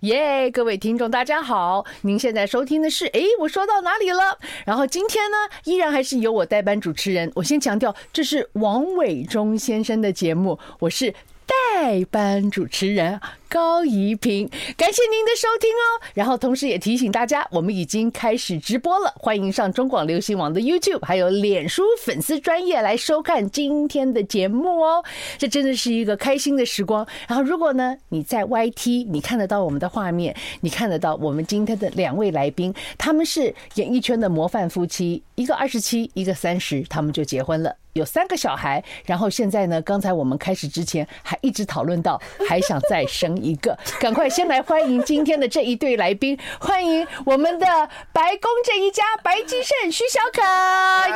耶、各位听众，大家好！您现在收听的是，诶，我说到哪里了？然后今天呢，依然还是由我代班主持人。我先强调，这是王伟忠先生的节目，我是代班主持人高怡平。感谢您的收听哦。然后同时也提醒大家，我们已经开始直播了，欢迎上中广流行网的 YouTube 还有脸书粉丝专业来收看今天的节目哦。这真的是一个开心的时光。然后，如果呢你在 YT，你看得到我们的画面，你看得到我们今天的两位来宾，他们是演艺圈的模范夫妻，一个二十七，一个三十，他们就结婚了。有三个小孩，然后现在呢？刚才我们开始之前还一直讨论到还想再生一个， 赶快先来欢迎今天的这一对来宾，欢迎我们的白宫这一家白金胜、徐小可，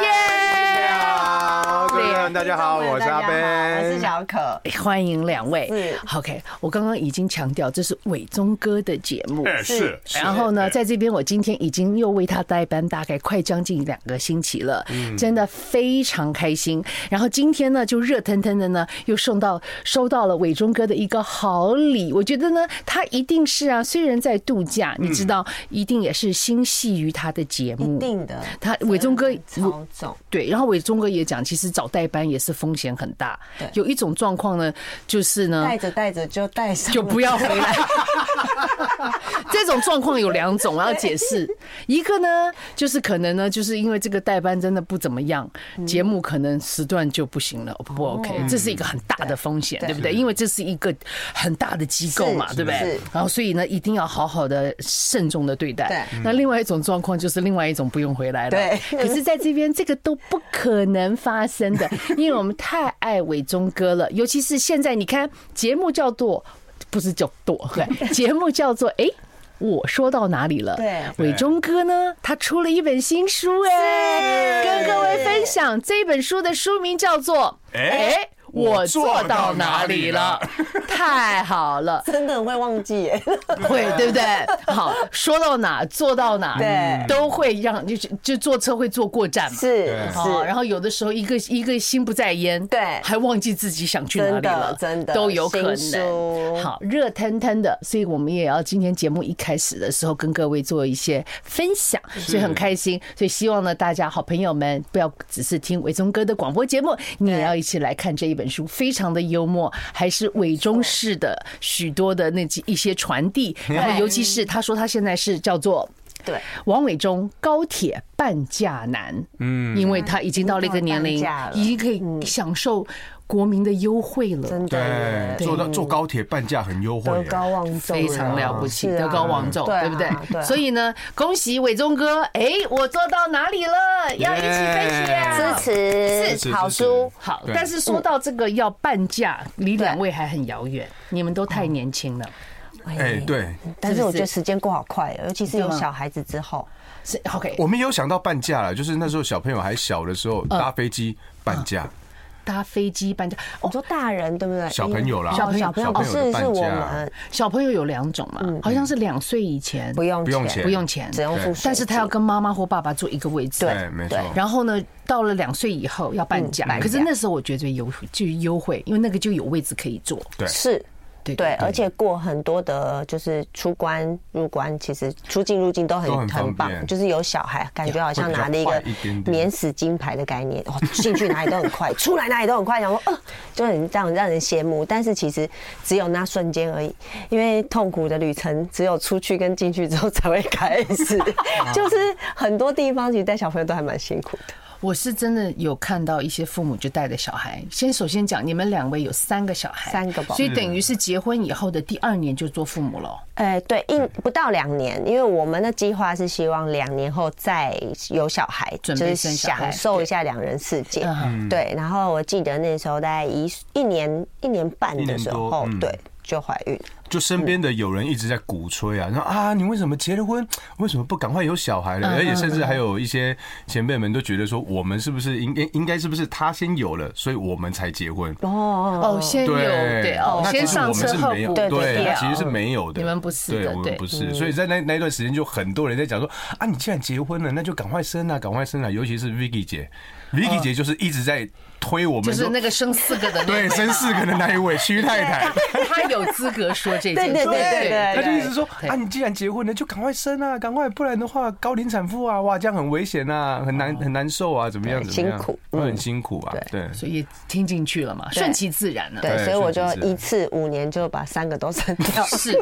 耶、啊嗯好，各位朋友大家好，我是阿我是贝。小可。欢迎两位是。 OK，我刚刚已经强调这是伟忠哥的节目。哎，是，然后呢，在这边我今天已经又为他代班，大概快将近两个星期了，嗯真的非常开心。然后今天呢，就热腾腾的呢，又送到收到了伟忠哥的一个好礼。我觉得呢，他一定是啊，虽然在度假，嗯你知道，一定也是心系于他的节目一。定的，他伟忠哥超重，对，然后伟忠哥也讲，其实找代班也是风险很大对。有一种状况呢，就是呢，带着带着嗯就带上了，就不 要回 来。这种状况有两种，我要解释。一个呢，就是可能呢，就是因为这个代班真的不怎么样，节目可能时段就不行了，不 OK，这是一个很大的风险，哦对对不对？因为这是一个很大的机构嘛，是对不对是？然后所以呢，一定要好好的慎重的对待对。那另外一种状况就是另外一种不用回来了。对可是在这边这个都不可能发生的，因为我们太爱伟忠哥了，尤其是现在你看节目叫做不是叫做对，节目叫做哎。我说到哪里了？对伟忠哥呢？他出了一本新书哎、跟各位分享这本书的书名叫做《哎哎，我我做到做到哪哪里里了了》，太好了。 真的很会忘记耶。会，对不对？好，说到哪做到哪，对都会让就就坐车会坐过站嘛。 是对哦，然是，后有的时候一个一个心不在焉，对还忘记自己想去哪真里的了，真的都有可新书能。好，热腾腾的，所以我们也要今天节目一开始的时候跟各位做一些分享，所以很开心。所以希望呢，大家好朋友们不要只是听伟忠哥的广播节目，你也要一起来看这一本书，非常的幽默，还是伟忠式的许多的那几一些传递，然后尤其是他说他现在是叫做。对，王伟忠高铁半价男，嗯，因为他已经到了一个年已龄经到半价，了已经可以享受国民的优惠了。真的对，坐到坐高铁半价很优惠德耶，高望重，非常了不起，是啊德高望重，对啊对不对对？啊所以呢，恭喜伟忠哥，哎，我做到哪里了？要一起分享支。持支持好支持书，好，对但是说到这个要半价，离两位还很遥远，你们都太年轻了。嗯哎，对，但是是不我觉得是时间过好快哦，尤其是对有吗小孩子之后，是 OK，我们有想到半价了，就是那时候小朋友还小的时候搭飞机半价，搭飞机半价，哦你说大人对不对？小朋友啦哦小小小朋朋友友小哦，朋友的是是半价我们小朋友有两种嘛，好像是两岁以前嗯不用不用钱不用钱，只用付钱，但是他要跟妈妈或爸爸坐一个位置。对哎，没错，然后呢，到了两岁以后要半价，嗯半价可是那时候我觉得有就优惠，因为那个就有位置可以坐。对是。对对，而且过很多的，就是出关、入关，其实出境、入境都都很很方很棒便，就是有小孩，感觉好像拿了一会个比较快一点点免死金牌的概念，哦，进去哪里都很 快，出来哪里都很快，然后呃，就很让让人羡慕。但是其实只有那瞬间而已，因为痛苦的旅程只有出去跟进去之后才会开 始，就是很多地方其实带小朋友都还蛮辛苦的。我是真的有看到一些父母就带着小孩，先首先讲，你们两位有三个小孩，三个宝所以等于是结婚以后的第二年就做父母了。哎，对，一不到两年，因为我们的计划是希望两年后再有小孩，准就备是生小孩享受一下两人世界嗯。哼对，然后我记得那时候大概一一年一年半一的年时多候，嗯对，就怀孕。就身边的有人一直在鼓吹啊，说啊，你为什么结了婚，为什么不赶快有小孩呢？而且甚至还有一些前辈们都觉得说，我们是不是应应应该是不是他先有了，所以我们才结婚？哦哦，先有对对哦，那先其实上我们车是后没有补对对，对那其实是没有的。你们不是的对，我对嗯们不是，所以在那那段时间就很多人在讲说啊，你既然结婚了，那就赶快生啊，赶快生啊。尤其是 Vicky 姐，Vicky 姐就是一直在推我们，就是说那个生四个的那对位，生四个的那一位徐太太。 他有资格说这件对事。对对对对他就一直说对啊，你既然结婚了，就赶快生啊，赶快，不然的话高龄产妇啊，哇，这样很危险啊，很嗯难很难受啊，怎么样对怎么样，辛苦会很嗯辛苦啊，对。所以也听进去了嘛，顺其自然了。对，对所以我就顺其自然一次五年就把三个都 删掉。是，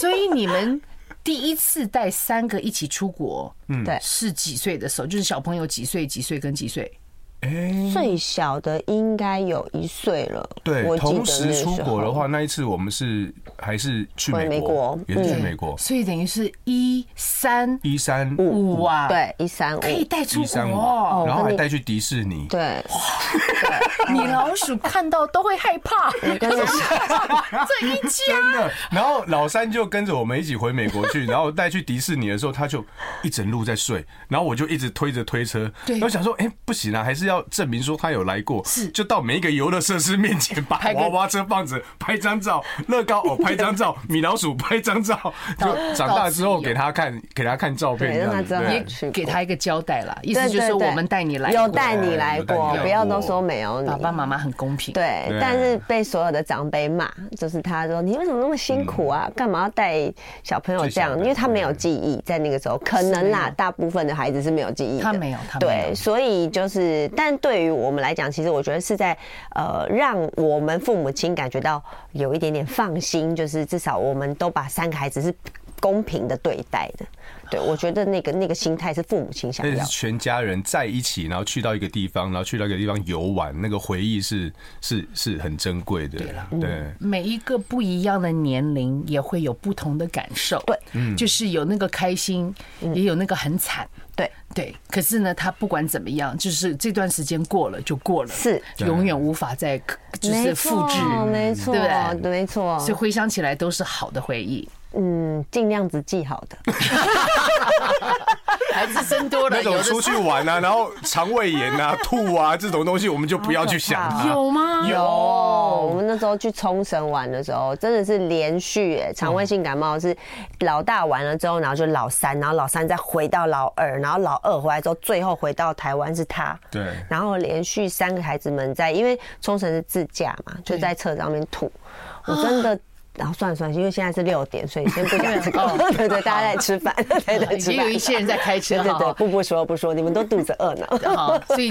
所以你们第一次带三个一起出国，嗯，对是几岁的时候？就是小朋友几岁、几岁跟几岁？嗯哎，最小的应该有一岁了，对，我记得同时那时出国的候话，那一次我们是还是去回美美国国，嗯也是去美国，所以等于是一三一三五啊，，对一三五，可以带出一三国五哦。，然后嗯那还你带去迪士尼，对，米哦老鼠看到都会害 怕，跟你这一家真的。然后老三就跟着我们一起回美国去，然后带去迪士尼的时候，他就一整路在睡，然后我就一直推着推车，对然后想说，哎、不行啊，还是要证明说他有来过，是就到每一个游乐设施面前把拍个娃娃车放着拍张照，乐高 哦拍张照，米老鼠拍张照，就长大之后给他看给他看照片，对这让他样子知道对他去过给他一个交代啦，意对思就是说对对我们带你来过，有带你来有带过你，来不要过都说没有你爸。爸妈妈很公平。对对，但是被所有的长辈骂，就是他说你为什么那么辛苦啊？干嘛要带小朋友这最小样？的因为他没有记忆，在那个时候可能没啦有，大部分的孩子是没有记忆的。他没有他没有对，所以就是，但对于我们来讲，其实我觉得是在呃，让我们父母亲感觉到有一点点放心，就是至少我们都把三个孩子是公平的对待的。对，我觉得那个那个心态是父母亲想而且要是的。全家人在一起，然后去到一个地方，然后去到一个地方游玩，那个回忆是是是很珍贵的。嗯对，每一个不一样的年龄也会有不同的感受，对，嗯嗯就是有那个开心，也有那个很惨，对，对。可是呢，他不管怎么样，就是这段时间过了就过了，是永远无法再就是没复制，错没错，对不哦对没错。所以回想起来都是好的回忆。嗯，尽量只记好的。孩子生多了，有那种的出是去玩啊，然后肠胃炎啊、吐啊这种东西，我们就不要去想好可它。 怕有吗？哦，啊我们那时候去冲绳玩的时候，真的是连续哎肠胃性感冒是老大完了之后，然后就老三，然后老三再回到老二，然后老二回来之后，最后回到台湾是他。对然后连续三个孩子们在，因为冲绳是自驾嘛，就对在车上面吐，嗯我真的。然后算了算了，因为现在是六点，所以先不 讲这个。哦 对对，大家 在吃饭，对对，吃也有饭一些人在开车 对对哈对，不不说不说，你们都肚子饿呢。好，哦所以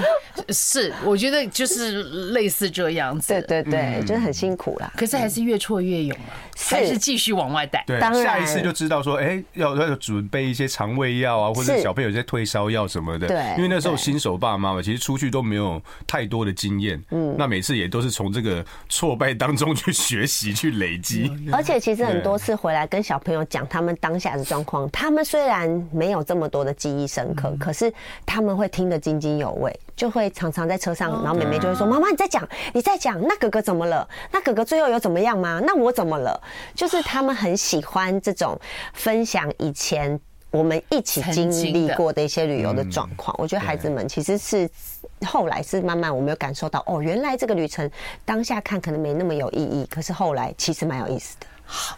是我觉得就是类似这样子，对。对对，嗯就是很辛苦啦。可是还是越挫越勇啊，是还是继续往外带。对，当然下一次就知道说，哎，要要准备一些肠胃药啊，或者是小朋友一些退烧药什么的。对因为那时候对新手爸妈嘛，其实出去都没有太多的经验，嗯，那每次也都是从这个挫败当中去学习、去累积。而且其实很多次回来跟小朋友讲他们当下的状况，他们虽然没有这么多的记忆深嗯刻，可是他们会听得津津有味，就会常常在车上，哦然后妹妹就会说：“妈妈，你在讲，你在讲，那哥哥怎么了？那哥哥最后有怎么样吗？那我怎么了？”就是他们很喜欢这种分享以前。我们一起曾经经历的过的一些旅游的嗯状况，我觉得孩子们其实是后来是慢慢我们有感受到，哦，原来这个旅程当下看可能没那么有意义，可是后来其实蛮有意思的。好，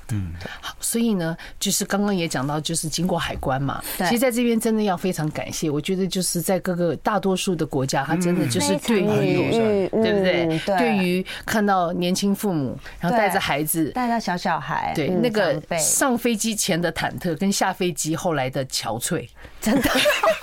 所以呢，就是刚刚也讲到，就是经过海关嘛。对其实在这边真的要非常感谢，我觉得就是在各个大多数的国家，他真的就是非常对友于善嗯嗯对不对？对，对于看到年轻父母，然后带着孩子。带到小小孩，对，嗯那个长辈上 飞机前的忐忑，跟下飞机后来的憔悴，真的，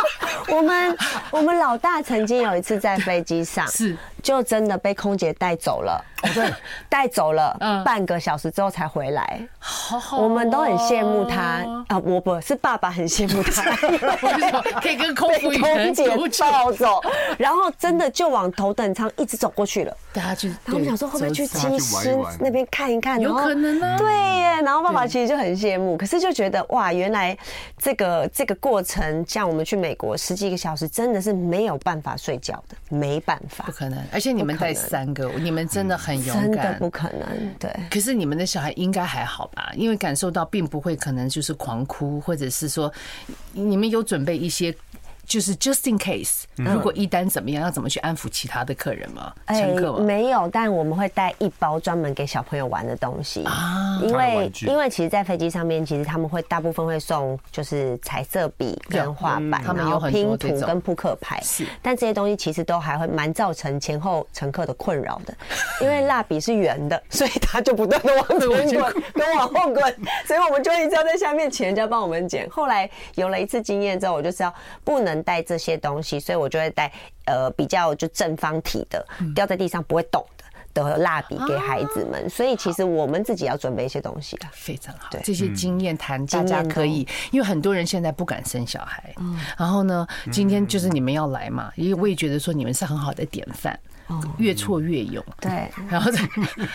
我们我们老大曾经有一次在飞机上，是就真的被空姐带 走了，对，带走了嗯，半个小时之后才回来，好好哦我们都很羡慕他啊，我不是爸爸很羡慕他， 我就说可以跟空被服员空姐独处，抱走，然后真的就往头等舱一直走过去了。大家去。然后我们想说，会不会去走走机师那边看一看？有然后可能啊对耶，然后爸爸其实就很羡慕，可是就觉得哇，原来这个这个过程，像我们去美国十几个小时，真的是没有办法睡觉的，没办法不，可能，而且你们带三个，你们真的很勇真的敢不。可能。对，可是你们的小孩应该还好吧？因为感受到并不会可能就是狂哭，或者是说你们有准备一些就是 just in case，如果一单怎么样，要怎么去安抚其他的客人吗？乘客吗？哎没有，但我们会带一包专门给小朋友玩的东西啊因他的为玩具因为其实，在飞机上面，其实他们会大部分会送就是彩色笔对嗯跟画板，他们然有后很多这拼图种跟扑克牌，是但这些东西其实都还会蛮造成前后乘客的困扰的，因为蜡笔是圆的， 所以它就不断的往前往前滚，跟往后滚，所以我们就一直要在下面请人家帮我们捡。后来有了一次经验之后，我就知道不能带这些东西，所以我就会带呃比较就正方体的，嗯掉在地上不会动的。的蜡笔给孩子们，啊所以其实我们自己要准备一些东西啊。非常好对，这些经验谈大家经验可以，嗯因为很多人现在不敢生小孩，然后呢，今天就是你们要来嘛，因为我也觉得说你们是很好的典范，越挫越勇。对，然后再，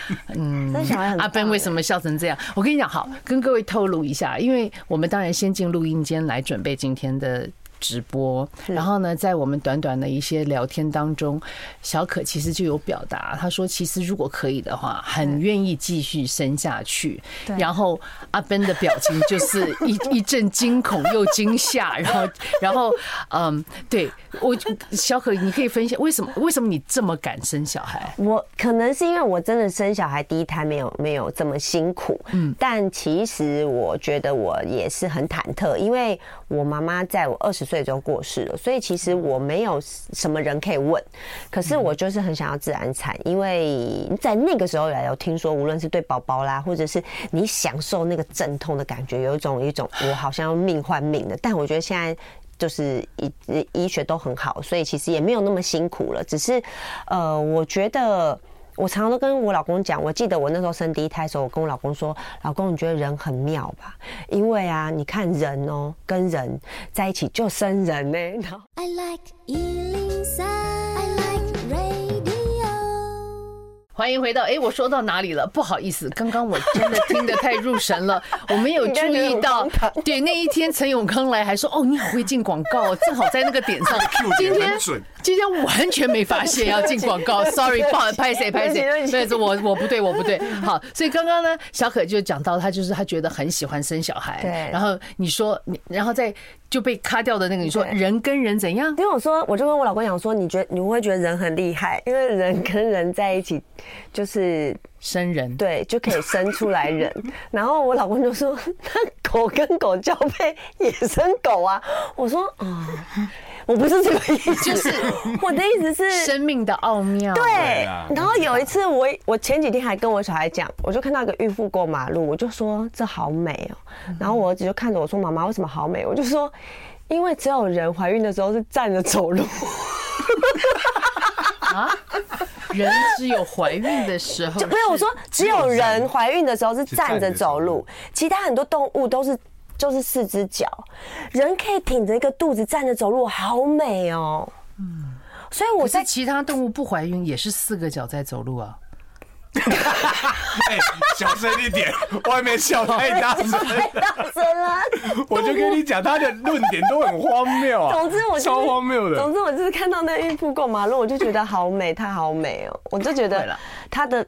生小孩嗯阿很棒欸奔为什么笑成这样？我跟你讲，好，跟各位透露一下，因为我们当然先进录音间来准备今天的。直播，然后呢，在我们短短的一些聊天当中，小可其实就有表达，她说其实如果可以的话，很愿意继续生下去。然后阿奔的表情就是 一一阵惊恐又惊吓，然后 然后嗯，对我小可，你可以分享为什么为什么你这么敢生小孩？我可能是因为我真的生小孩第一胎没有没有这么辛苦，嗯，但其实我觉得我也是很忐忑，因为我妈妈在我二十岁的时候过世了，所以其实我没有什么人可以问，可是我就是很想要自然产，因为在那个时候来有听说，无论是对宝宝啦，或者是你享受那个阵痛的感觉，有一种有一种我好像要命换命的，但我觉得现在。就是医医医学都很好，所以其实也没有那么辛苦了。只是，呃，我觉得我常常都跟我老公讲，我记得我那时候生第一胎的时候，我跟我老公说：“老公，你觉得人很妙吧？因为啊，你看人哦、跟人在一起就生人呢、 然后 I like Ealing Sound. I like radio. 欢迎回到哎，诶我说到哪里了？不好意思，刚刚我真的听得太入神 了，我没有注意到你刚刚。对，那一天陈永康来还说：“哦，你好会进广告哦，正好在那个点上。 Q ”点今天很准今天完全没发现要进广 告，sorry，不好意思，拍谁拍谁对不起，对，是我我不对，我不对。好，所以刚刚呢，小可就讲到，她就是她觉得很喜欢生小孩，对然后你说你，然后再就被卡掉的那个，你说对人跟人怎样？因为我说，我就跟我老公讲说，你觉得你会觉得人很厉害，因为人跟人在一起就是生人。对，就可以生出来人。然后我老公就说：“那狗跟狗交配也生狗啊？”我说：“啊、我不是这个意思，就是我的意思是。”生命的奥妙，对啊，然后有一次我我前几天还跟我小孩讲，我就看到一个孕妇过马路，我就说这好美哦、嗯然后我儿子就看着我说妈妈为什么好美？我就说因为只有人怀孕的时候是站着走路，人只有怀孕的时候是，没有，我说只有人怀孕的时候是站站着着走走路路，其他很多动物都是就是四只脚，人可以挺着一个肚子站着走路，好美哦。嗯，所以我可是在其他动物不怀孕也是四个脚在走路啊。哎，小声一点， 外面笑太大声。 大声了。我就跟你讲，他的论点都很荒谬啊。 总之我就是超荒谬的总。之我就是看到那孕妇过马路，我就觉得好美，她好美哦，我就觉会得了她的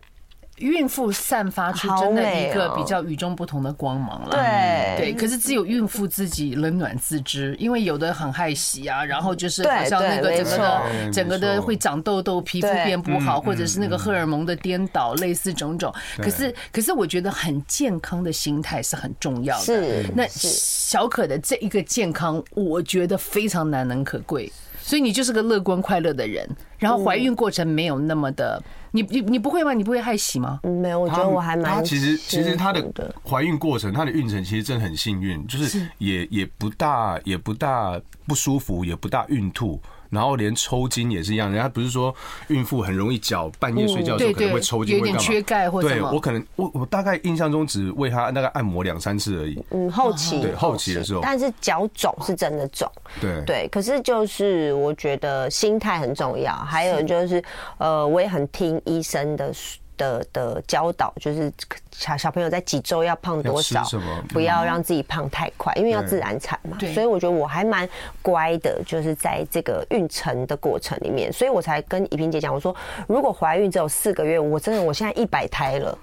孕妇散发出真的一个比较与众不同的光芒了。哦对对，可是只有孕妇自己冷暖自知，因为有的很害喜啊，然后就是对好像那个对整个的没错嗯整个的会长痘痘，皮肤对变不好，或者是那个荷尔蒙的颠倒，类似种种。可是可是我觉得很健康的心态是很重要的。是嗯那是小可的这一个健康，我觉得非常难能可贵。所以你就是个乐观快乐的人，然后怀孕过程没有那么的，你你你不会吗？你不会害喜吗？嗯没有，我觉他得我还蛮他其实其实她的幸福怀孕过程，她的孕程其实真的很幸运，就是也也不大也不大不舒服，也不大孕吐。然后连抽筋也是一样，人家不是说孕妇很容易脚半夜睡觉的对时候嗯可能会对抽筋，有会点干嘛缺钙或什对么我可能我我大概印象中只为她大概按摩两三次而已。嗯后期对后期的时候但是脚肿是真的肿。对对，可是就是我觉得心态很重要，还有就是呃，我也很听医生的 s- 的的教导，就是小小朋友在几周要胖多少要吃什么，嗯不要让自己胖太快，因为要对自然产嘛对。所以我觉得我还蛮乖的，就是在这个孕程的过程 里面，所以我才跟怡萍姐讲，我说如果怀孕只有四个月，我真的我现在一百胎了。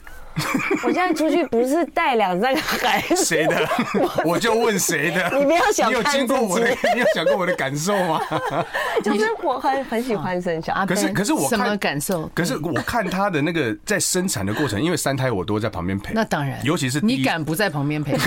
我现在出去不是带两三个孩 子，谁的？我就问谁的。 你不要小你有看经过自己我的， 你有想过我的感受吗？就是我很很喜欢生小阿孩，可是贝可是我啊什么看感受？可是我看他的那个在生产的过程，因为三胎我都在旁边陪，那当然，尤其是第一你敢不在旁边 陪？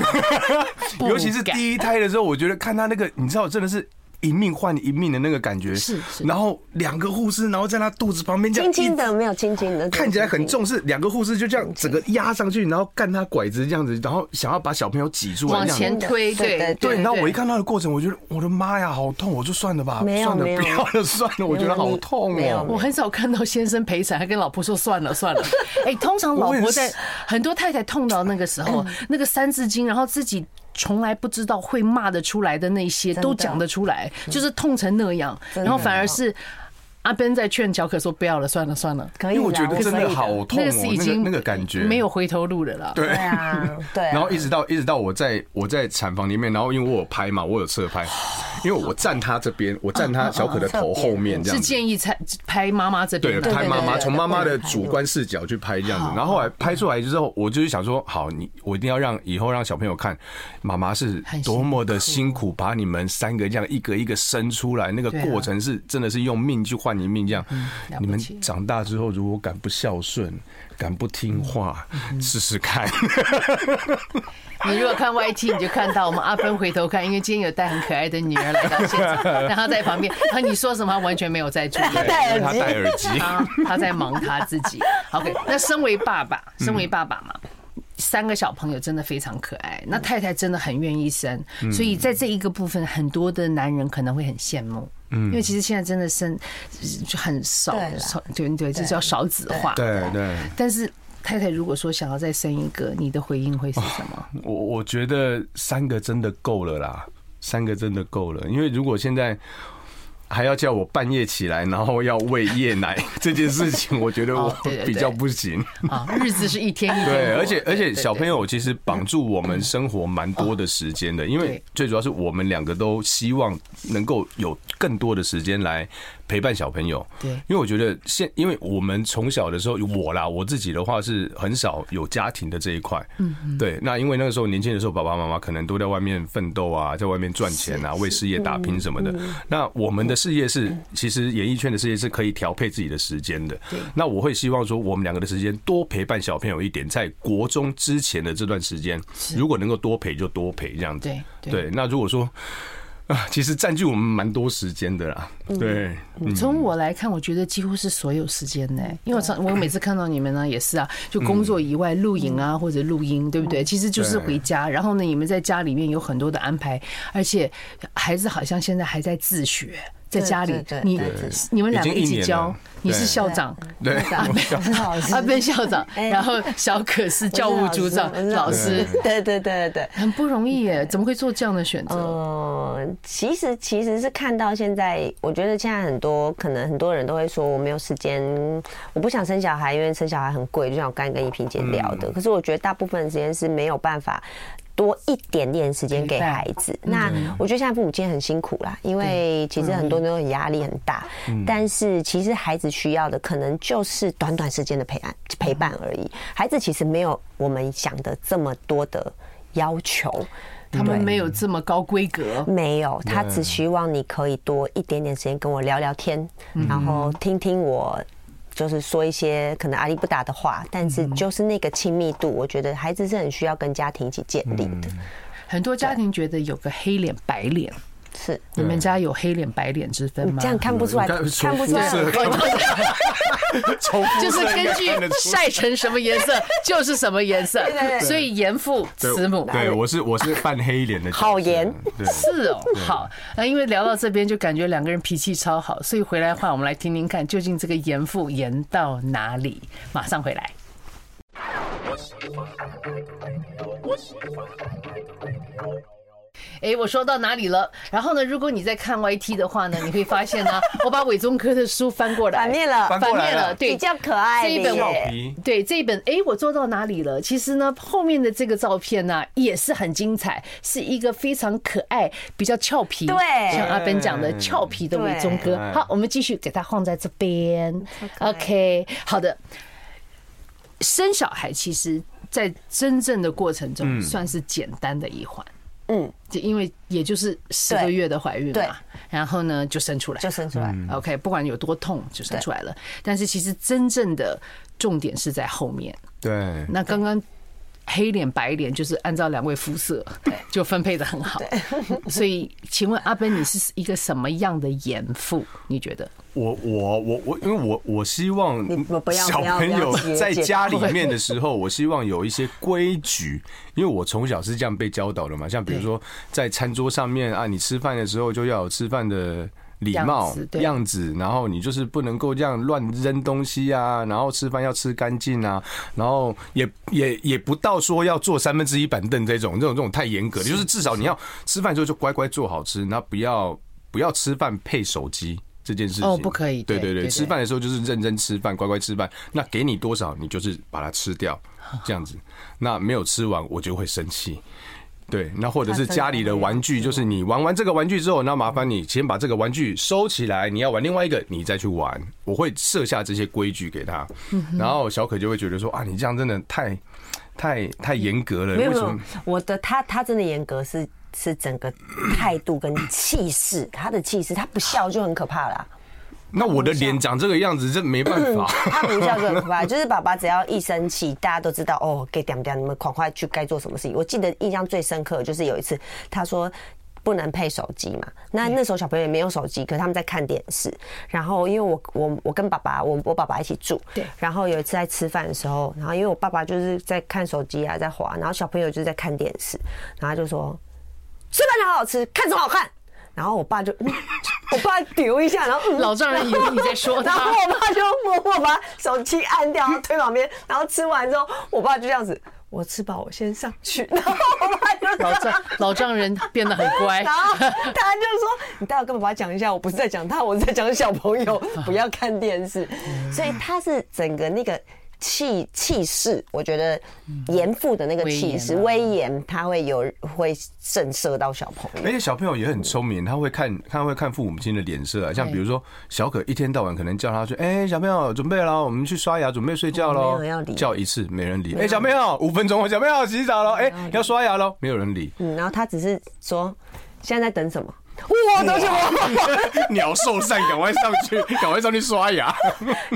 不尤其是敢第一胎的时候，我觉得看他那个，你知道，真的是一命换一命的那个感觉。是是然后两个护士，然后在他肚子旁边这样轻一轻的没有轻轻的，看起来很。重视，两个护士就这样整个压上去，然后干他拐子这样子，然后想要把小朋友挤出来往这样前子。推，对对对对，然后我一看到的过程，我觉得我的妈呀，好痛！我就算了吧，没有算了，没有不要了，算了，我觉得好痛没有哦没。我很少看到先生陪产，还跟老婆说算了算了。哎、通常老我婆也在是很多太太痛到那个时候， 那个三字经，然后自己从来不知道会骂得出来的那些，真的都讲得出来，就是痛成那样，真的然后反而是阿边在劝乔可说不要了，算了算了，可以因为啦，我觉得真可以的好痛那哦个，是已那个经那个感觉没有回头路了啦。对啊，对 啊。然后一直到一直到我在我在产房里面，然后因为我有拍嘛，我有侧拍，因为我站他这边，我站他小可的头后面这是样子。建议才拍妈妈这对，边的，拍妈对对妈，对从妈妈的对主观视角去拍这样子，然后后来拍出来之后，我就是想说，好，你我一定要让以后让小朋友看，妈妈是很辛苦多么的辛苦，把你们三个这样一个一个生出来，那个对啊过程是真的是用命去换一命这样。了不起你们长大之后如果敢不孝顺，敢不听话，试试看。你如果看 YT，你就看到我们阿芬回头看，因为今天有带很可爱的女儿来到现 场，然后她在旁边，然后你说什么她完全没有在注意，他戴耳因为他机戴耳机。 她她在忙她自己。OK，那身为爸爸，嗯身为爸爸嘛。三个小朋友真的非常可爱，嗯那太太真的很愿意生，所以在这一个部分，很多的男人可能会很羡慕，嗯因为其实现在真的生就很少对啦，少对对，这叫少子化。对对，但是太太如果说想要再生一个，你的回应会是什么？ 我我觉得三个真的够了啦，三个真的够了，因为如果现在。还要叫我半夜起来，然后要喂夜 奶这件事情，我觉得我哦对对对比较 不行。啊，日子是一天一天过。对，而且而且小朋友友其实绑住我们生活蛮多的时间的，因为嗯对最主要是我们两个都希望能够有更多的时间来陪伴小朋友。对因为我觉得现，因为我们从小的时候，我啦我自己的话是很少有家庭的这一块。嗯，对。那因为那个时候年轻的时候，爸爸妈妈可能都在外面奋斗啊，在外面赚钱啊，为事业打拼什么嗯的。那我们的事业是，其实演艺圈的事业是可以调配自己的时间的。那我会希望说，我们两个的时间多陪伴小朋友一点，在国中之前的这段时间，如果能够多陪就多陪这样子。对对对。那如果说啊，其实占据我们蛮多时间的啦。嗯对。从我来看，我觉得几乎是所有时间呢、因为我常我每次看到你们呢，也是啊，就工作以外录影啊或者录音，对不对？其实就是回家，然后呢，你们在家里面有很多的安排，而且孩子好像现在还在自学。在家里对对，对你对你们两个已经一一起年教了，你是对校长，对，很好 吃阿笨校长，哎然后小可是教务组长我是老师，对对对对对。很不容易耶，怎么会做这样的选择？嗯，其实其实是看到现在，我觉得现在很多可能很多人都会说我没有时间，我不想生小孩，因为生小孩很贵，就像我刚才跟依萍姐聊的。可是我觉得大部分的时间是没有办法。多一点点时间给陪伴孩子，那我觉得现在父母亲很辛苦啦，因为其实很多人都很压力很大，但是其实孩子需要的可能就是短短时间的陪伴陪伴而已，孩子其实没有我们想的这么多的要求，他们没有这么高规格，没有，他只希望你可以多一点点时间跟我聊聊天，然后听听我。就是说一些可能阿里不达的话，但是就是那个亲密度，我觉得孩子是很需要跟家庭一起建立的。很多家庭觉得有个黑脸白脸，是，你们家有黑脸白脸之分吗？哦这样看不出来，应该看不出来从肤色看不出来 从肤色就是应根该据看得出来晒成什么颜色就是什么颜色对对，对所以严父对慈母。对，我是我是扮黑脸的角色，好颜对，是哦，好，那因为聊到这边就感觉两个人脾气超好，所以回来的话，我们来听听看究竟这个严父严到哪里。马上回来。哎，我说到哪里了？然后呢，如果你在看 YT 的话呢，你会发现呢、我把伪宗科的书翻过来，反面了，翻反过来面了了，对，比较可爱这一本的我耶俏皮对这一本，哎，我做到哪里了？其实呢，后面的这个照片呢、也是很精彩，是一个非常可爱、比较俏皮，对像阿本讲的对俏皮的伟忠哥嗯对。好，我们继续给它放在这边可爱，OK，好的。生小孩其实，在真正的过程中嗯算是简单的一环，嗯，就因为也就是十个对月的怀孕对嘛，然后呢就生出来，就生出来。 OK，不管有多痛就生出来了。但是其实真正的重点是在后面。对，那刚刚黑脸白脸就是按照两位肤色就分配的很好。 所以，请问阿奔，你是一个什么样的严父？你觉得？我我我我，因为我我希望你不不要小不要朋不要友结在结家里面的时候，我希望有一些规矩，因为我从小是这样被教导的嘛。像比如说在餐桌上面啊，你吃饭的时候就要有吃饭的礼貌样子对样子，然后你就是不能够这样乱扔东西啊，然后吃饭要吃干净啊，然后也也也不到说要坐三分之一板凳这种，这种这种太严格了，就是至少你要吃饭的时候就乖乖做好吃，那不要不要吃饭配手机。这件事情哦不可以对对对对对对，吃饭的时候就是认真吃饭，乖乖吃饭。那给你多少，你就是把它 吃掉，这样子。那没有吃完，我就会生气。对，那或者是家里的玩具，就是你玩完这个玩具之后，那麻烦你先把这个玩具收起来，你要玩另外一个，你再去玩。我会设下这些规矩给他，嗯然后小可就会觉得说啊，你这样真的太、太、太严格了，没有为没什有么？，我的他他真的严格是是整个态度跟气势，他的气势，他不笑就很可怕啦。那我的脸长这个样子，这没办 法。 他不笑就很可怕，就是爸爸只要一生气，大家都知道哦，给点点，你们赶快去该做什么事情。我记得印象最深刻的就是有一次，他说。不能配手机嘛？嗯那那时候小朋友也没有手机，可是他们在看电视。然后因为我我我跟爸爸我我爸爸一起住，对然后有一次在吃饭的时候，然后因为我爸爸就是在看手机啊，在滑，然后小朋友就是在看电视，然后他就说吃饭好好吃，看什么好看？然后我爸就，嗯我爸丢一下，然后、嗯老丈人以为你在说 然后他。我爸就默默把手机按掉，然后推旁边，然后吃完之后，我爸就这样子，我吃饱我先上去，然后我爸就老 丈老丈人变得很乖然，后他就说：“你待会跟爸爸讲一下，我不是在讲他，我是在讲小朋友，不要看电视。”所以他是整个那个气气势，我觉得严父的那个气势威威严，啊他会有会震慑到小朋友。而哎且小朋友也很聪明，他会看，他会看父母亲的脸色啊。像比如说，小可一天到晚可能叫他说：“哎、小朋友，准备了，我们去刷牙，准备睡觉哦喽没有要。理”。叫一次没人理。哎、小朋友，五分钟哦，小朋友洗澡喽，哎、要刷牙喽，没有人理嗯，然后他只是说：“现在在等什么？”我等什 么？鸟兽散，赶快上去， 赶快上去刷牙。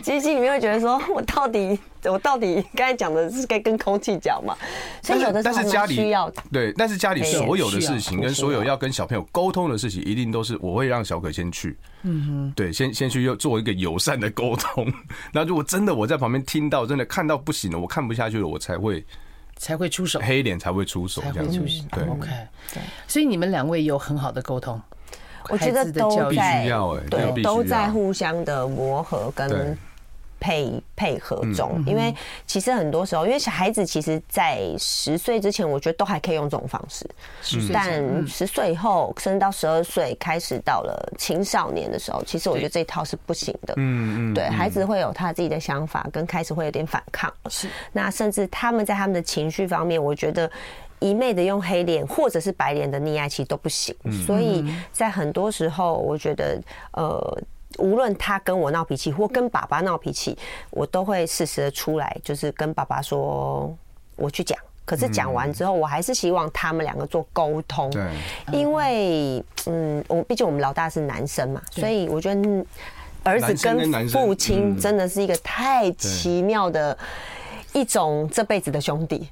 机器里面会觉得说，我到底我到底刚才讲的是该跟空气讲嘛？所以有的时但候是还家蛮里需要的。对，但是家里没有所有的需要事情跟所有要跟小朋友沟通的事情，一定都是我会让小可先去，嗯哼，对，先先去要做一个友善的沟通。 那如果真的我在旁边听到，真的看到不行了，我看不下去了，我才会才会出手，黑脸才会出手才这样会子出手。。嗯对， OK，所以你们两位有很好的沟通，我觉得孩子的教都育必须在要欸这个必须对都在要互相的磨合对跟配配合中，因为其实很多时候，因为小孩子其实，在十岁之前，我觉得都还可以用这种方式，但十岁以后，甚至到十二岁开始到了青少年的时候，其实我觉得这一套是不行的。嗯嗯，对孩子会有他自己的想法，跟开始会有点反抗。是，那甚至他们在他们的情绪方面，我觉得。一昧的用黑脸或者是白脸的溺爱，其实都不行。嗯嗯所以在很多时候，我觉得，呃，无论他跟我闹脾气或跟爸爸闹脾气，我都会适时的出来，就是跟爸爸说，我去讲。可是讲完之后，我还是希望他们两个做沟通。对，因为嗯，我毕竟我们老大是男生嘛，所以我觉得嗯儿子男生跟男跟生父亲嗯真的是一个太奇妙的一种这辈子的兄弟。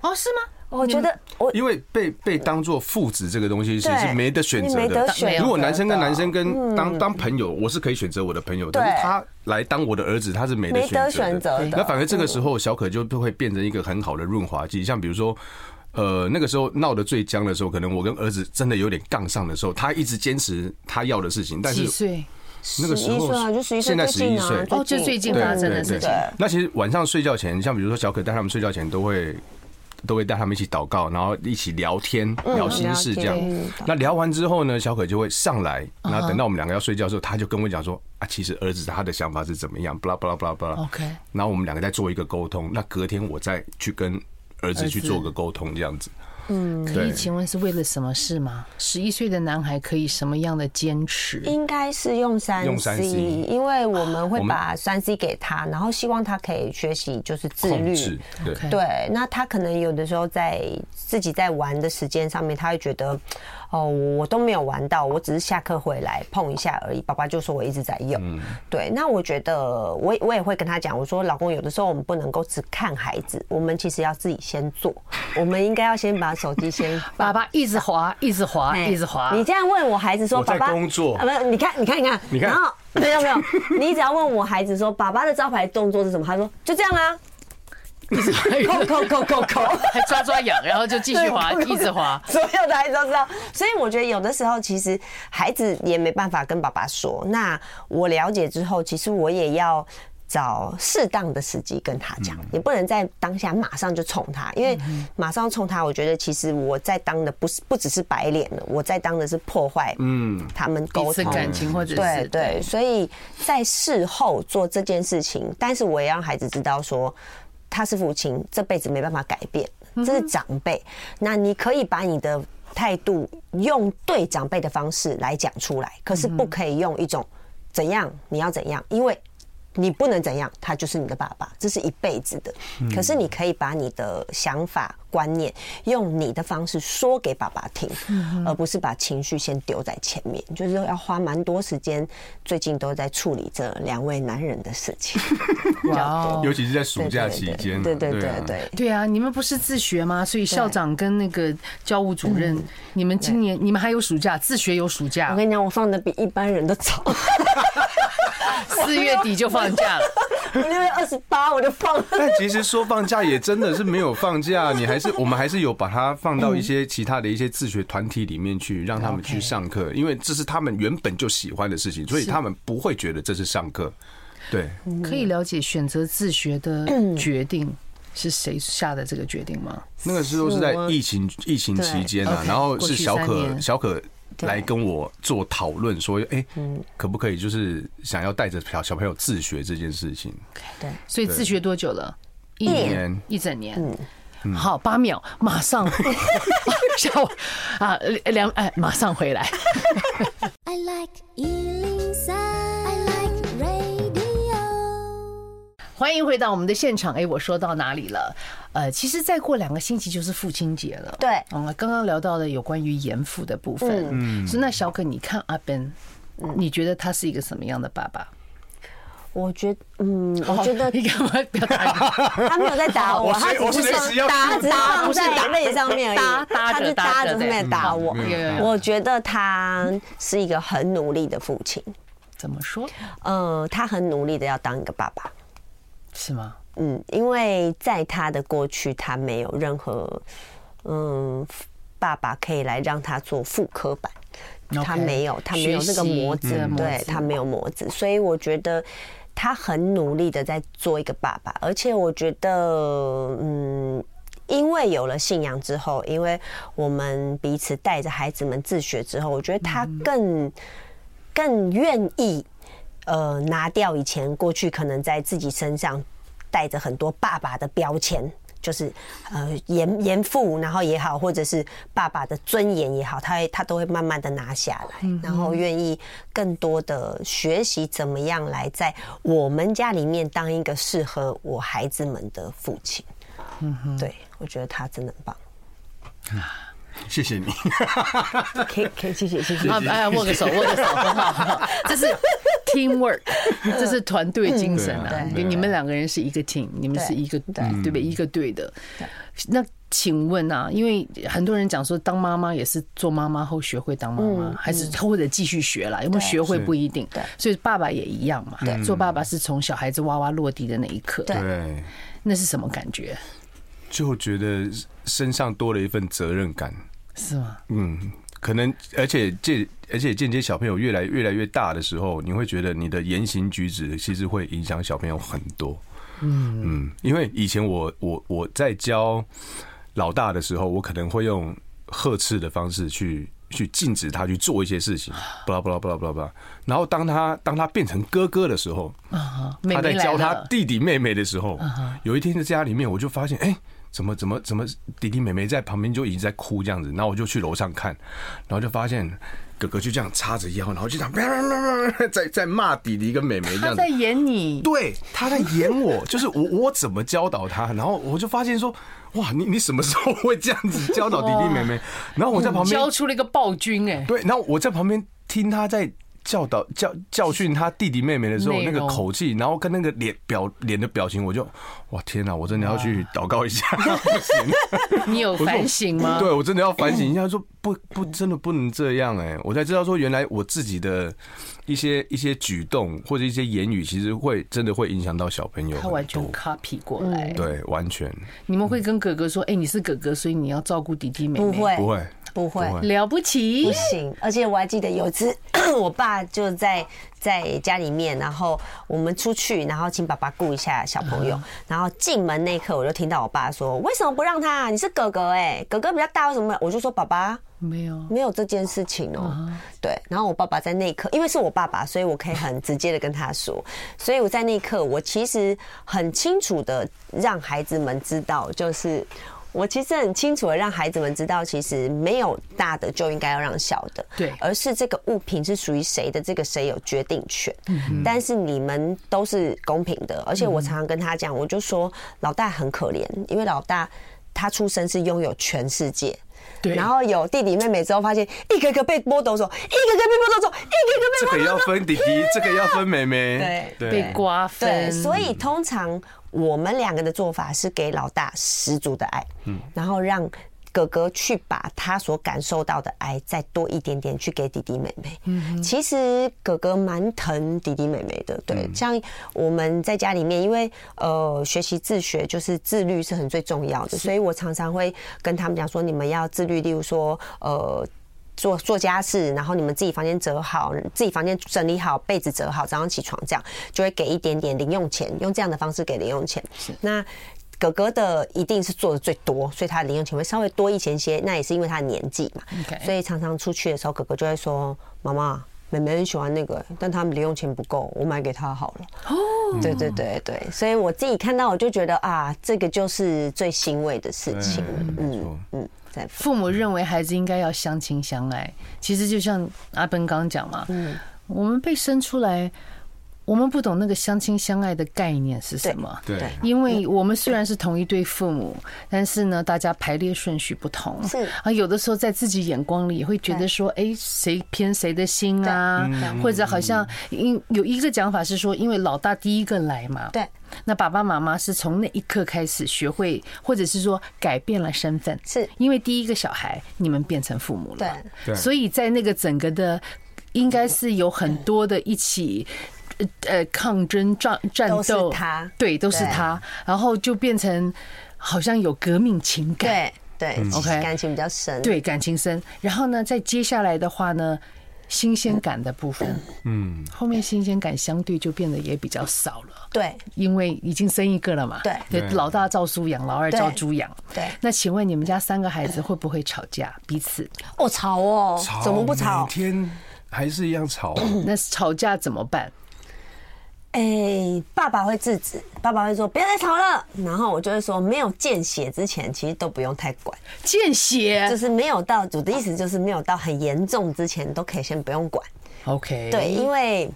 哦，是吗？我觉得我因为被被当做父子这个东西，其实对是没得选择你没得的选择。的嗯如果男生跟男生跟当当朋友，我是可以选择我的朋友，但是他来当我的儿子，他是没得没得选选择的。择的，那反而这个时候，小可就会变成一个很好的润滑剂，像比如说。呃，那个时候闹得最僵的时候，可能我跟儿子真的有点杠上的时候，他一直坚持他要的事情，但几是岁？那个时候11岁啊，就十一岁，现在最近啊11岁哦就最近对发生的对事对情对那其实晚上睡觉前，像比如说小可带他们睡觉前，都会都会带他们一起祷告，然后一起聊天聊心事这样了解嗯。那聊完之后呢，小可就会上来，然后等到我们两个要睡觉的时候，他就跟我讲说啊，其实儿子他的想法是怎么样，巴拉巴拉巴拉巴拉。 OK 然后我们两个再做一个沟通，那隔天我再去跟儿子去做个沟通这样子。嗯，可以对请问是为了什么事吗？十一岁的男孩可以什么样的坚持？应该是用三用 C， 3C 因为我们会我们把三 C 给他，然后希望他可以学习就是自控律，制，对 OK 对，那他可能有的时候在自己在玩的时间上面，他会觉得，哦，我都没有玩到，我只是下课回来碰一下而已。爸爸就说我一直在用。嗯对，那我觉得我也我也会跟他讲，我说老公，有的时候我们不能够只看孩子，我们其实要自己先做，我们应该要先把手机 先放。爸爸一直滑，一直啊滑，哎一直滑。你这样问我孩子说：“我在爸爸工作啊不是，你看，你看，你看，你看然后没有没有，你只要问我孩子说：“爸爸的招牌动作是什么？”他说：“就这 样啊，扣扣扣扣扣。”还抓抓痒，然后就继续滑，一直滑。所有的孩子都知道。所以我觉得有的时候，其实孩子也没办法跟爸爸说。那我了解之后，其实我也要。找适当的时机跟他讲，也不能在当下马上就冲他，因为马上冲他，我觉得其实我在当的不是不只是白脸了，我在当的是破坏，嗯，他们彼沟此通感情或者对是对，所以在事后做这件事情，但是我也让孩子知道说，他是父亲，这辈子没办法改变，嗯这是长辈。那你可以把你的态度用对长辈的方式来讲出来，可是嗯不可以用一种怎样你要怎样，因为。你不能怎样，他就是你的爸爸，这是一辈子的。可是你可以把你的想法、观念，用你的方式说给爸爸听，而不是把情绪先丢在前面。就是要花蛮多时间，最近都在处理这两位男人的事情。哇哦尤其是在暑假期间啊，对对对啊对对。对啊，你们不是自学吗？所以校长跟那个教务主任，你们今年你们还有暑假，自学有暑嗯我假，跟你讲，我放的比一般人都早， 四月底就放假了。 我六月二十八我就放了。 但其实说放假也真的是没有放假，你还是我们还是有把它放到一些其他的一些自学团体里面去，让他们去上课，因为这是他们原本就喜欢的事情，所以他们不会觉得这是上课。对，嗯可以了解选择自学的决定是谁下的这个决定吗？那个时候是在是我疫情疫情期间啊， OK，然后过去是小三可年小可。对来跟我做讨论，说，哎、嗯可不可以就是想要带着小小朋友自学这件事情？对，所以自学多久了？一一年一整年。嗯嗯好，八秒，马 上 下午啊，两哎，马上回 来。 I like Ealing Sound. I like radio. 欢迎回到我们的现场。哎，我说到哪里了？呃，其实再过两个星期就是父亲节了。对嗯，刚刚聊到了有关于严父的部分。嗯，所以那小可，你看阿 Ben，你嗯觉得他是一个什么样的爸爸？我觉得，嗯，我觉得 你干嘛不要打 我？他没有在打我，我他随只是我随时要打，他只是打放不是打在泪上面而已，搭搭他着是搭搭着着上面打我嗯嗯。有有有我觉得他是一个很努力的父亲，怎么说？嗯，他很努力的要当一个爸爸，是吗？嗯，因为在他的过去，他没有任何嗯爸爸可以来让他做副科版。 OK 他没有，他没有学习那个模子这个，模对子他没有模子，所以我觉得他很努力的在做一个爸爸，而且我觉得，嗯，因为有了信仰之后，因为我们彼此带着孩子们自学之后，我觉得他嗯更更愿意，呃，拿掉以前过去可能在自己身上带着很多爸爸的标签。就是，呃，严严父，然后也好，或者是爸爸的尊严也好，他会他都会慢慢的拿下来，然后愿意更多的学习怎么样来在我们家里面当一个适合我孩子们的父亲。嗯对，我觉得他真的很棒。谢谢你。可以可以，谢谢谢谢啊，哎，握个手，握 个手，很好，很好，这是 teamwork，这是团队精神对啊啊！嗯你嗯对你们两个人是一个 team，你们是一个对对不对？一个队的。那请问啊，因为很多人讲说，当妈妈也是做妈妈后学会当妈妈，还是或者继续学啦？有没有学会嗯是不一定。所以爸爸也一样嘛。嗯做爸爸是从小孩子哇哇落地的那一刻，对对，那是什么感觉？就觉得身上多了一份责任感。是吗？嗯，可能而且间而且间接小朋友越来越来越大的时候，你会觉得你的言行举止其实会影响小朋友很多。嗯因为以前我我我在教老大的时候，我可能会用呵斥的方式去。去禁止他去做一些事情，不啦不啦不啦不啦不啦。然后当他当他变成哥哥的时候，啊，妹他在妹来教他了，嗯弟弟妹妹的时候，有一天在家里面，我就发现，哎、怎么怎么怎么弟弟妹妹在旁边就已经在哭这样子，然后我就去楼上看，然后就发现哥哥就这样叉着腰，然后就这 样在在骂弟弟跟妹妹这他样子在。演 你，对，他在演我，就是我我怎么教导他，然后我就发现说，哇，你你什么时候会这样子教导弟弟妹哦妹？然后我在旁边教出了一个暴君哎、对，然后我在旁边听他在教导教教训他弟弟妹妹的时候，内那容个口气，然后跟那个脸表脸的表情，我就哇天哪、我真的要去祷告一下，不行你有反省吗？ 对我真的要反省一下，说不不真的不能这样哎、我才知道说原来我自己的一些一些举动或者一些言语，其实会真的会影响到小朋友很多，他完全 copy 过嗯来。对完全你们会跟哥哥说：“哎、你是哥哥，所以你要照顾弟弟妹不妹。”会，不会。不会，不会了不不起，行。而且我还记得有一次， 我爸就在在家里面，然后我们出去，然后请爸爸顾一下小朋友。然后进门那一刻，我就听到我爸说：“为什么不让他、啊？你是哥哥哎、哥哥比较大，为什么不让？”我就说：“爸爸。”没有没有这件事情哦、对。然后我爸爸在那一刻，因为是我爸爸，所以我可以很直接的跟他说。所以我在那一刻，我其实很清楚的让孩子们知道，就是我其实很清楚的让孩子们知道，其实没有大的就应该要让小的，对而是这个物品是属于谁的，这个谁有决定权。但是你们都是公平的，而且我常常跟他讲，我就说老大很可怜，因为老大。他出生是拥有全世界，对然后有弟弟妹妹之后，发现一个个被剥夺走，一个个被剥夺走，一这个个被剥夺走个要分弟弟，这个要分妹妹，对被瓜分对，，所以通常我们两个的做法是给老大十足的爱，嗯，然后让哥哥去把他所感受到的爱再多一点点去给弟弟妹妹。嗯，其实哥哥蛮疼弟弟妹妹的，对，像我们在家里面，因为呃学习自学就是自律是很最重要的，所以我常常会跟他们讲说，你们要自律，例如说呃。做做家事，然后你们自己房间折好，自己房间整理好，被子折好，早上起床这样就会给一点点零用钱，用这样的方式给零用钱。那哥哥的一定是做的最多，所以他的零用钱会稍微多一些些，那也是因为他的年纪嘛。 OK 所以常常出去的时候，哥哥就会说：“妈妈。”妹妹很喜欢那个，但他们零用钱不够，我买给她好了。哦，对对对对，所以我自己看到我就觉得啊，这个就是最欣慰的事情。没错嗯嗯，在父母认为孩子应该要相亲相爱，其实就像阿奔刚讲嘛，嗯我们被生出来，我们不懂那个相亲相爱的概念是什么。对对因为我们虽然是同一对父母，但是呢，大家排列顺序不同，是啊，有的时候在自己眼光里也会觉得说，哎，谁偏谁的心啊，或者好像因有一个讲法是说，因为老大第一个来嘛，对，那爸爸妈妈是从那一刻开始学会，或者是说改变了身份，是因为第一个小孩你们变成父母了，对对所以在那个整个的，应该是有很多的一起。呃呃，抗争、战战都是斗，他对，都是对他，然后就变成好像有革命情感，对对，OK 感情比较深。对，感情深。然后呢，再接下来的话呢，新鲜感的部分，嗯，后面新鲜感相对就变得也比较少了。对，因为已经生一个了嘛，对对老大照书养，老二照猪养，对那请问你们家三个孩子会不会吵架？彼此哦，吵哦，吵怎么不吵每？天还是一样吵，那吵架怎么办？哎、爸爸会制止，爸爸会说不要再吵了。然后我就会说，没有见血之前，其实都不用太管，见就血是没有到我的意思就是没有到很严重之前，都可以先不用管。 ，OK，对，因为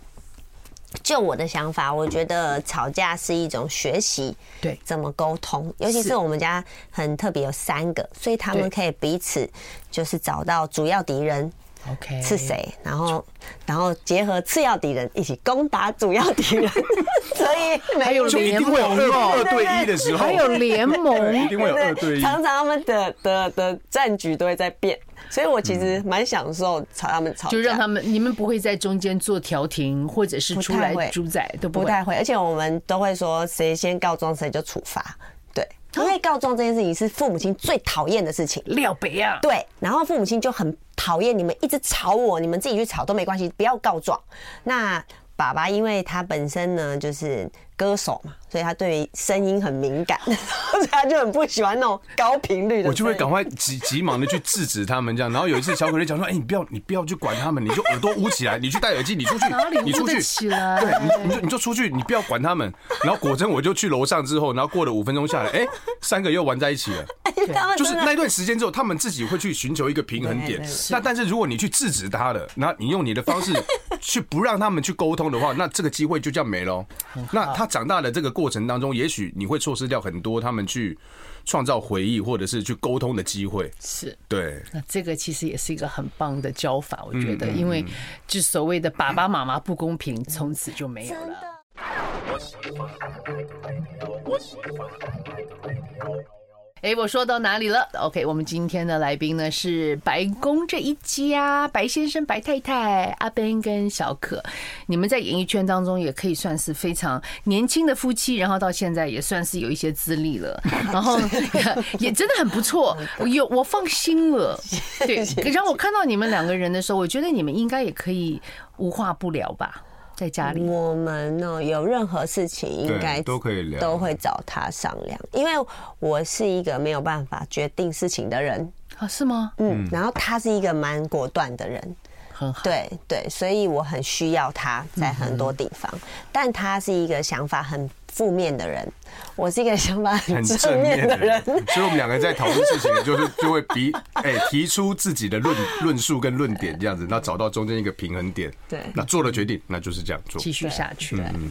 就我的想法，我觉得吵架是一种学习，对怎么沟通，尤其是是我们家很特别有三个，所以他对们可以彼此就是找到主要敌人， ，OK，是？谁，然后然后结合次要敌人一起攻打主要敌人， 所以还有就一定会有联二盟二对一的时候，还有联对一盟，定会有二对一。常常他们的的的战局都会在变，所以我其实蛮享受吵他们吵架，嗯就让他们你们不会在中间做调停，或者是不出太来会主宰都不不会。太会，而且我们都会说谁先告状谁就处罚，对，哦因为告状这件事情是父母亲最讨厌的事情。廖北啊，对，然后父母亲就很讨厌你们一直吵我，你们自己去吵都没关系，不要告状。那爸爸因为他本身呢就是歌手嘛，所以他对于声音很敏感， 所以他就很不喜欢那种高频率的声音。我就会赶快急急忙的去制止他们这样。然后有一次，小可就讲说：“哎、你不要，你不要去管 他们，你就耳朵捂起来，你去戴耳机，你出去哪里，你捂出得去，起来？对，你你就你就出去，你不要管他们。”然后果真我就去楼上之后，然后过了五分钟下来，哎、三个又玩在一起了。 他们 就是真的那一段时间之后，他们自己会去寻求一个平衡点对对。那但是如果你去制止他了，然后你用你的方式去不让他们去沟通的话，那这个机会就这样没喽。那他长大的这个过程当中，也许你会错失掉很多他们去创造回忆或者是去沟通的机会。是。对，那这个其实也是一个很棒的教法，我觉得，因为就所谓的爸爸妈妈不公平，从此就没有了。哎，我说到哪里了？OK，我们今天的来宾呢是白宫这一家，白先生、白太太、阿 Ben 跟小可，你们在演艺圈当中也可以算是非常年轻的夫妻，然后到现在也算是有一些资历了，然 后也也真的很不 错，我有我放心了。对，然后我看到你们两个人的时候，我觉得你们应该也可以无话不聊吧，在家里。我们呢，有任何事情应该对都可以聊都会找他商量。因为我是一个没有办法决定事情的人，啊，是吗？嗯，然后他是一个蛮果断的人，很好，对对，所以我很需要他在很多地方，但他是一个想法很负面的人，我是一个想法很很正正面面的的人人。，所以我们两个在讨论事情，就是就会比哎、提出自己的论 论述跟论点这样子，那找到中间一个平衡点。对那做了决定，那就是这样做。继续下去。嗯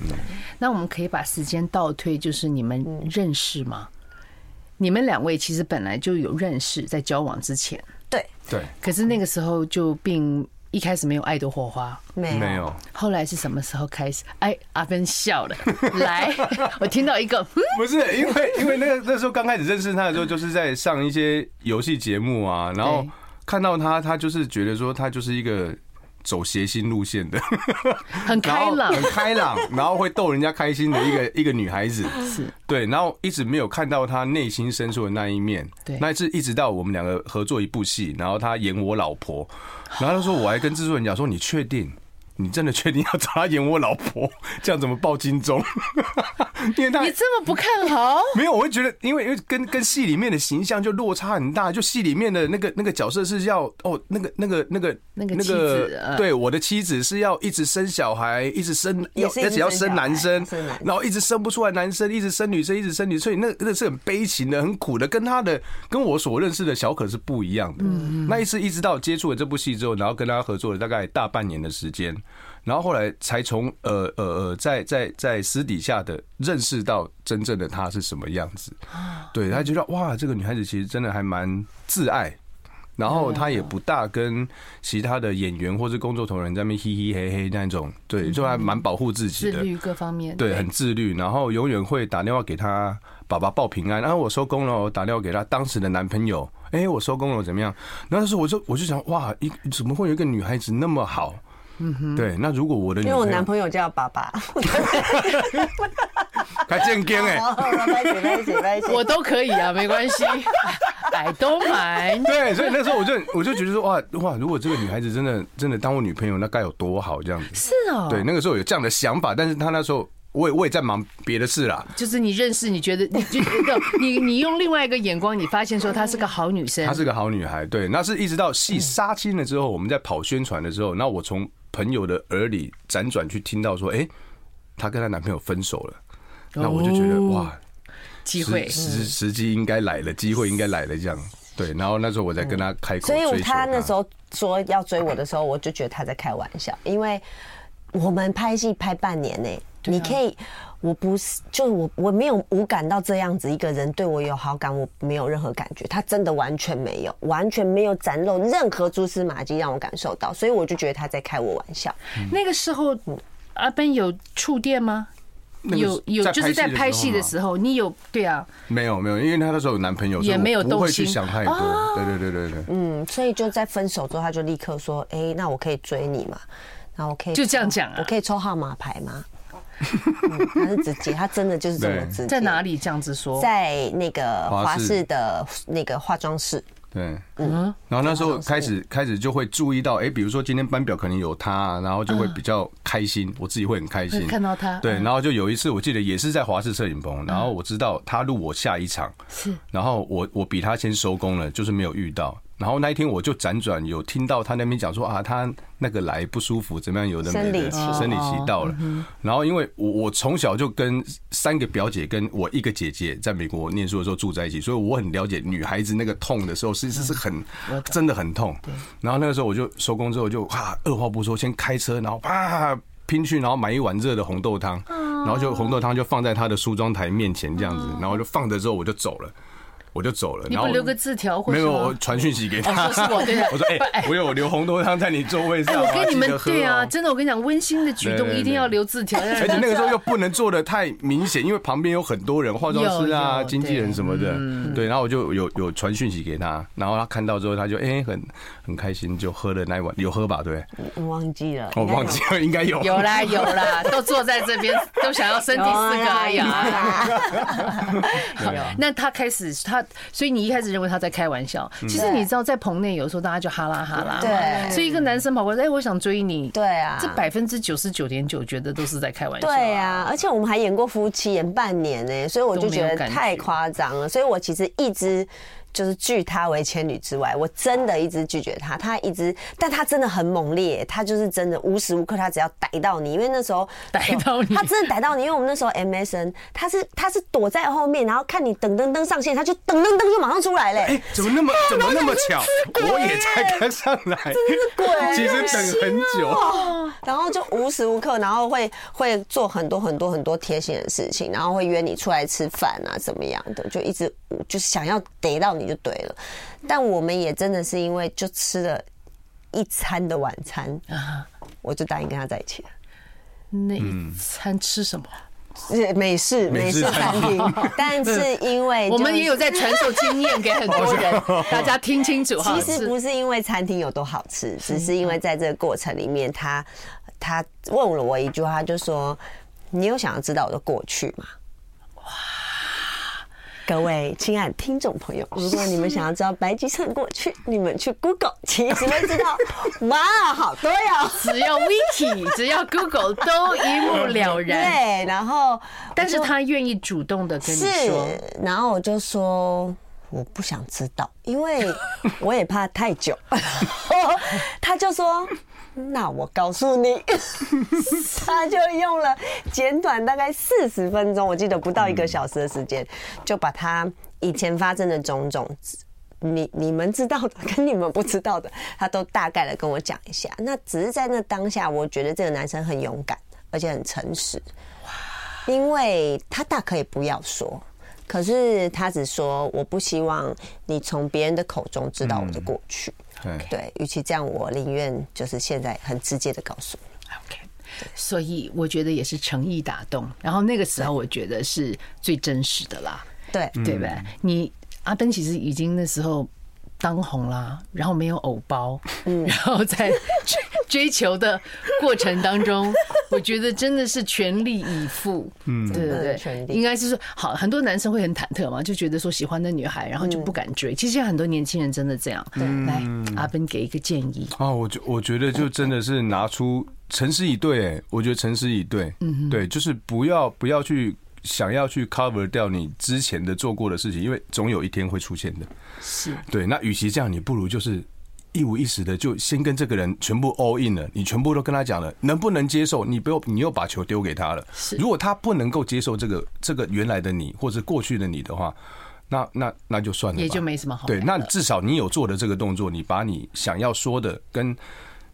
那我们可以把时间倒推，就是你们认识吗？你们两位其实本来就有认识，在交往之前，对，对，可是那个时候就并一开始没有爱的火花。没有没有。后来是什么时候开始？哎，阿芬笑 了，来，我听到一个，嗯不是因为因为那个那时候刚开始认识他的时候，就是在上一些游戏节目啊，然后对看到他，他就是觉得说他就是一个。走谐星路线的， 很然开后朗很，开朗，然后会逗人家开心的一个一个女孩子，是对，然后一直没有看到她内心深处的那一面，对那是一直到我们两个合作一部戏，然后她演我老婆，然后她说我还跟制作人讲说，你确定？你真的确定要找她演我老婆？ 这样怎么报金钟？ 因为她你这么不看好？ 没有，我会觉得，因为因为跟跟戏里面的形象就落差很大，就戏里面的那个那个角色是要哦，那个那个那个那个妻子嗯对，我的妻子是要一直生小孩，一直生，也要是而且要生男生一直生小孩生男生，然后一直生不出来男生，一直生女生，一直生女生，所以那那是很悲情的，很苦的，跟他的跟我所认识的小可是不一样的。嗯那一次一直到接触了这部戏之后，然后跟他合作了大概大半年的时间。然后后来才从呃呃呃，在在在私底下的认识到真正的她是什么样子，对，他觉得哇，这个女孩子其实真的还蛮自爱，然后她啊也不大跟其他的演员或是工作同仁在那边嘻嘻嘿嘿那种，对，就还嗯蛮保护自己自的，律各方面，对，很自律，然后永远会打电话给她爸爸报平安，然后啊我收工了，我打电话给她当时的男朋友，哎、我收工了怎么样？然后那时候我就我就想，哇，一怎么会有一个女孩子那么好？对，那如果我的女嗯因为我朋男友朋友叫爸 爸，还健康哎，拜起拜起拜起，我都可以啊，没关 系，I don't mind。对，所以那时候我就我就觉得说，哇哇，如果这个女孩子真的真的当我女朋友，那该有多好这样子。是哦，对，那个时候有这样的想法，但是她那时候我也我也在忙别的事啦。就是你认识，你觉得你就 no，你你用另外一个眼光，你发现说她是个好女生她，是个好女孩，对，那是一直到嗯戏杀青了之后，我们在跑宣传的时候，那我从朋友的耳里辗转去听到说，哎，她跟她男朋友分手了，那我就觉得哦哇，机会嗯时时时机应该来了，机会应该来了这样。对，然后那时候我在跟她开口所追求以她他那时候说要追我的时候，我就觉得他在开玩笑，因为我们拍戏拍半年呢、你可以，我不是，就是我我没有无感到这样子一个人对我有好感，我没有任何感觉，他真的完全没有，完全没有展露任何蛛丝马迹让我感受到，所以我就觉得他在开我玩笑。那个时候阿奔有触电吗？那个有有，就是在拍戏的嘛时候，你有对啊，没有没有，因为她那时候有男朋友，也所以我没有不动会去心啊想太多。对对对对对。嗯，所以就在分手之后，他就立刻说：“哎、那我可以追你嘛？那我可以就这样讲啊我可以抽号码牌吗？”嗯他是直接，他真的就是这么对直接。在哪里这样子说？在那个哦华华氏氏的那个化妆室，对，嗯，然后那时候开始开始就会注意到，哎，比如说今天班表可能有他、然后就会比较开心，我自己会很开嗯心会看到嗯他对，然后就有一次我记得也是在华视摄影棚，然后我知道他录我下一场，是，然后我我比他先收工了，就是没有遇到。然后那一天我就辗转有听到他那边讲说啊，他那个来不舒服，怎么样，有的没生理的，期哦嗯生理期到了。然后因为我我从小就跟三个表姐跟我一个姐姐在美国念书的时候住在一起，所以我很了解女孩子那个痛的时候嗯是是是很真的很痛。然后那个时候我就收工之后就啊，二话不说先开车，然后啪。拼去，然后买一碗热的红豆汤，啊然后就红豆汤就放在他的梳妆台面前这样子，然后就放着之后我就走了，我就走了。你然不后我留个字条或没是有，吗我传讯息给他。哦说是我对的哎说哎、 我有留红豆汤在你座位上、啊。我跟你们记得喝哦对啊，真的，我跟你讲，温馨的举动对对对一定要留字 条，而而且那个时候又不能做的太明显，因为旁边有很多人，化妆师有啊、有嗯经纪人什么的，对。然后我就有有传讯息给他，然后他看到之后，他就哎、很很开心，就喝了那一碗，有喝吧？对，我忘记了，我哦忘记了，应该有。有啦有啦， 都坐在这边，都想要生第有啊四个啦哎呀。对啊那他开始他，所以你一开始认为他在开玩笑，嗯其实你知道在棚内有时候大家就哈拉哈拉嘛，对所以一个男生跑过来，哎，我想追你， 对啊这百分之九十九点九觉得都是在开玩笑，对，啊，而且我们还演过夫妻，演半年呢、所以我就觉得太夸张了。所以我其实一直就是拒他为千女之外，我真的一直拒绝他。他一直，但他真的很猛烈，他就是真的无时无刻，他只要逮到你，因为那时候逮到你他真的逮到你，因为我们那时候 MSN，他是他是躲在后面，然后看你噔噔噔上线，他就噔噔噔就马上出来嘞、哎、怎么那 么怎么那么巧？我也才刚上来，鬼其实等 很久。然后就无时无刻，然后会会做很多很多很多贴心的事情，然后会约你出来吃饭啊，怎么样的，就一直就是想要逮到你就对了。但我们也真的是因为就吃了一餐的晚餐，啊我就答应跟他在一起了。那一餐吃什么？是美式美美式式餐厅，但是因 为我们哎就也有在传授经验给很多人， 大家听清楚哈。其实是不是因为餐厅有多好吃，只是因为在这个过程里面，他他问了我一句话，他就说：“你有想要知道我的过去吗？”各位亲爱的听众朋友，如果你们想要知道白吉胜过去，你们去 Google，其实会知道。哇，好多呀、只要 Wiki，只要 Google 都一目了然。对，然后但是他愿意主动的跟你说，是，然后我就说我不想知道，因为我也怕太久。 他就说。那我告 诉你，他就用了简短大概四十分钟，我记得不到一个小时的时间，就把他以前发生的种种，你你们知道的跟你们不知道的，他都大概的跟我讲一下。那只是在那当下，我觉得这个男生很勇敢，而且很诚实。因为他大可以不要说，可是他只说我不希望你从别人的口中知道我的过去。对对，与其这样，我宁愿就是现在很直接的告诉你。 OK，所以我觉得也是诚意打动。然后那个时候，我觉得是最真实的啦，对，嗯对吧？你阿登其实已经那时候当红啦，然后没有偶包，嗯 然后在追追求的过程当中， 我觉得真的是全力以赴，嗯，对真的对全对，力应该是说好，很多男生会很忐忑嘛，就觉得说喜欢的女孩，然后就不敢嗯追。其实现在很多年轻人真的这样。来，阿奔给一个建议，啊，我觉我觉得就真的是拿出诚实以对、哎，我觉得诚实以对，嗯对，就是不要不要去想要去 cover 掉你之前的做过的事情，因为总有一天会出现的。是对，那与其这样，你不如就是一五一十的就先跟这个人全部 all in 了，你全部都跟他讲了，能不能接受？你不要，你又把球丢给他了。如果他不能够接受这个这个原来的你或者过去的你的话，那那那就算了吧，也就没什么好对，聊那了至少你有做的这个动作，你把你想要说的跟。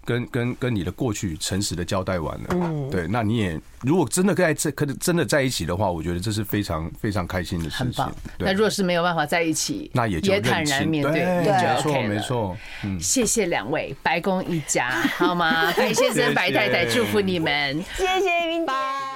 跟跟跟你的过去诚实的交代完了，嗯对，那你也如果真的在这可能真的在一起的话，我觉得这是非常非常开心的事情。很棒。对那若是没有办法在一起，那也就认坦然清面对，对，就没 OK 错了没。错，嗯，谢谢两位，白宫一家，好吗？白先谢生、谢白太太，祝福你们。谢谢云姐。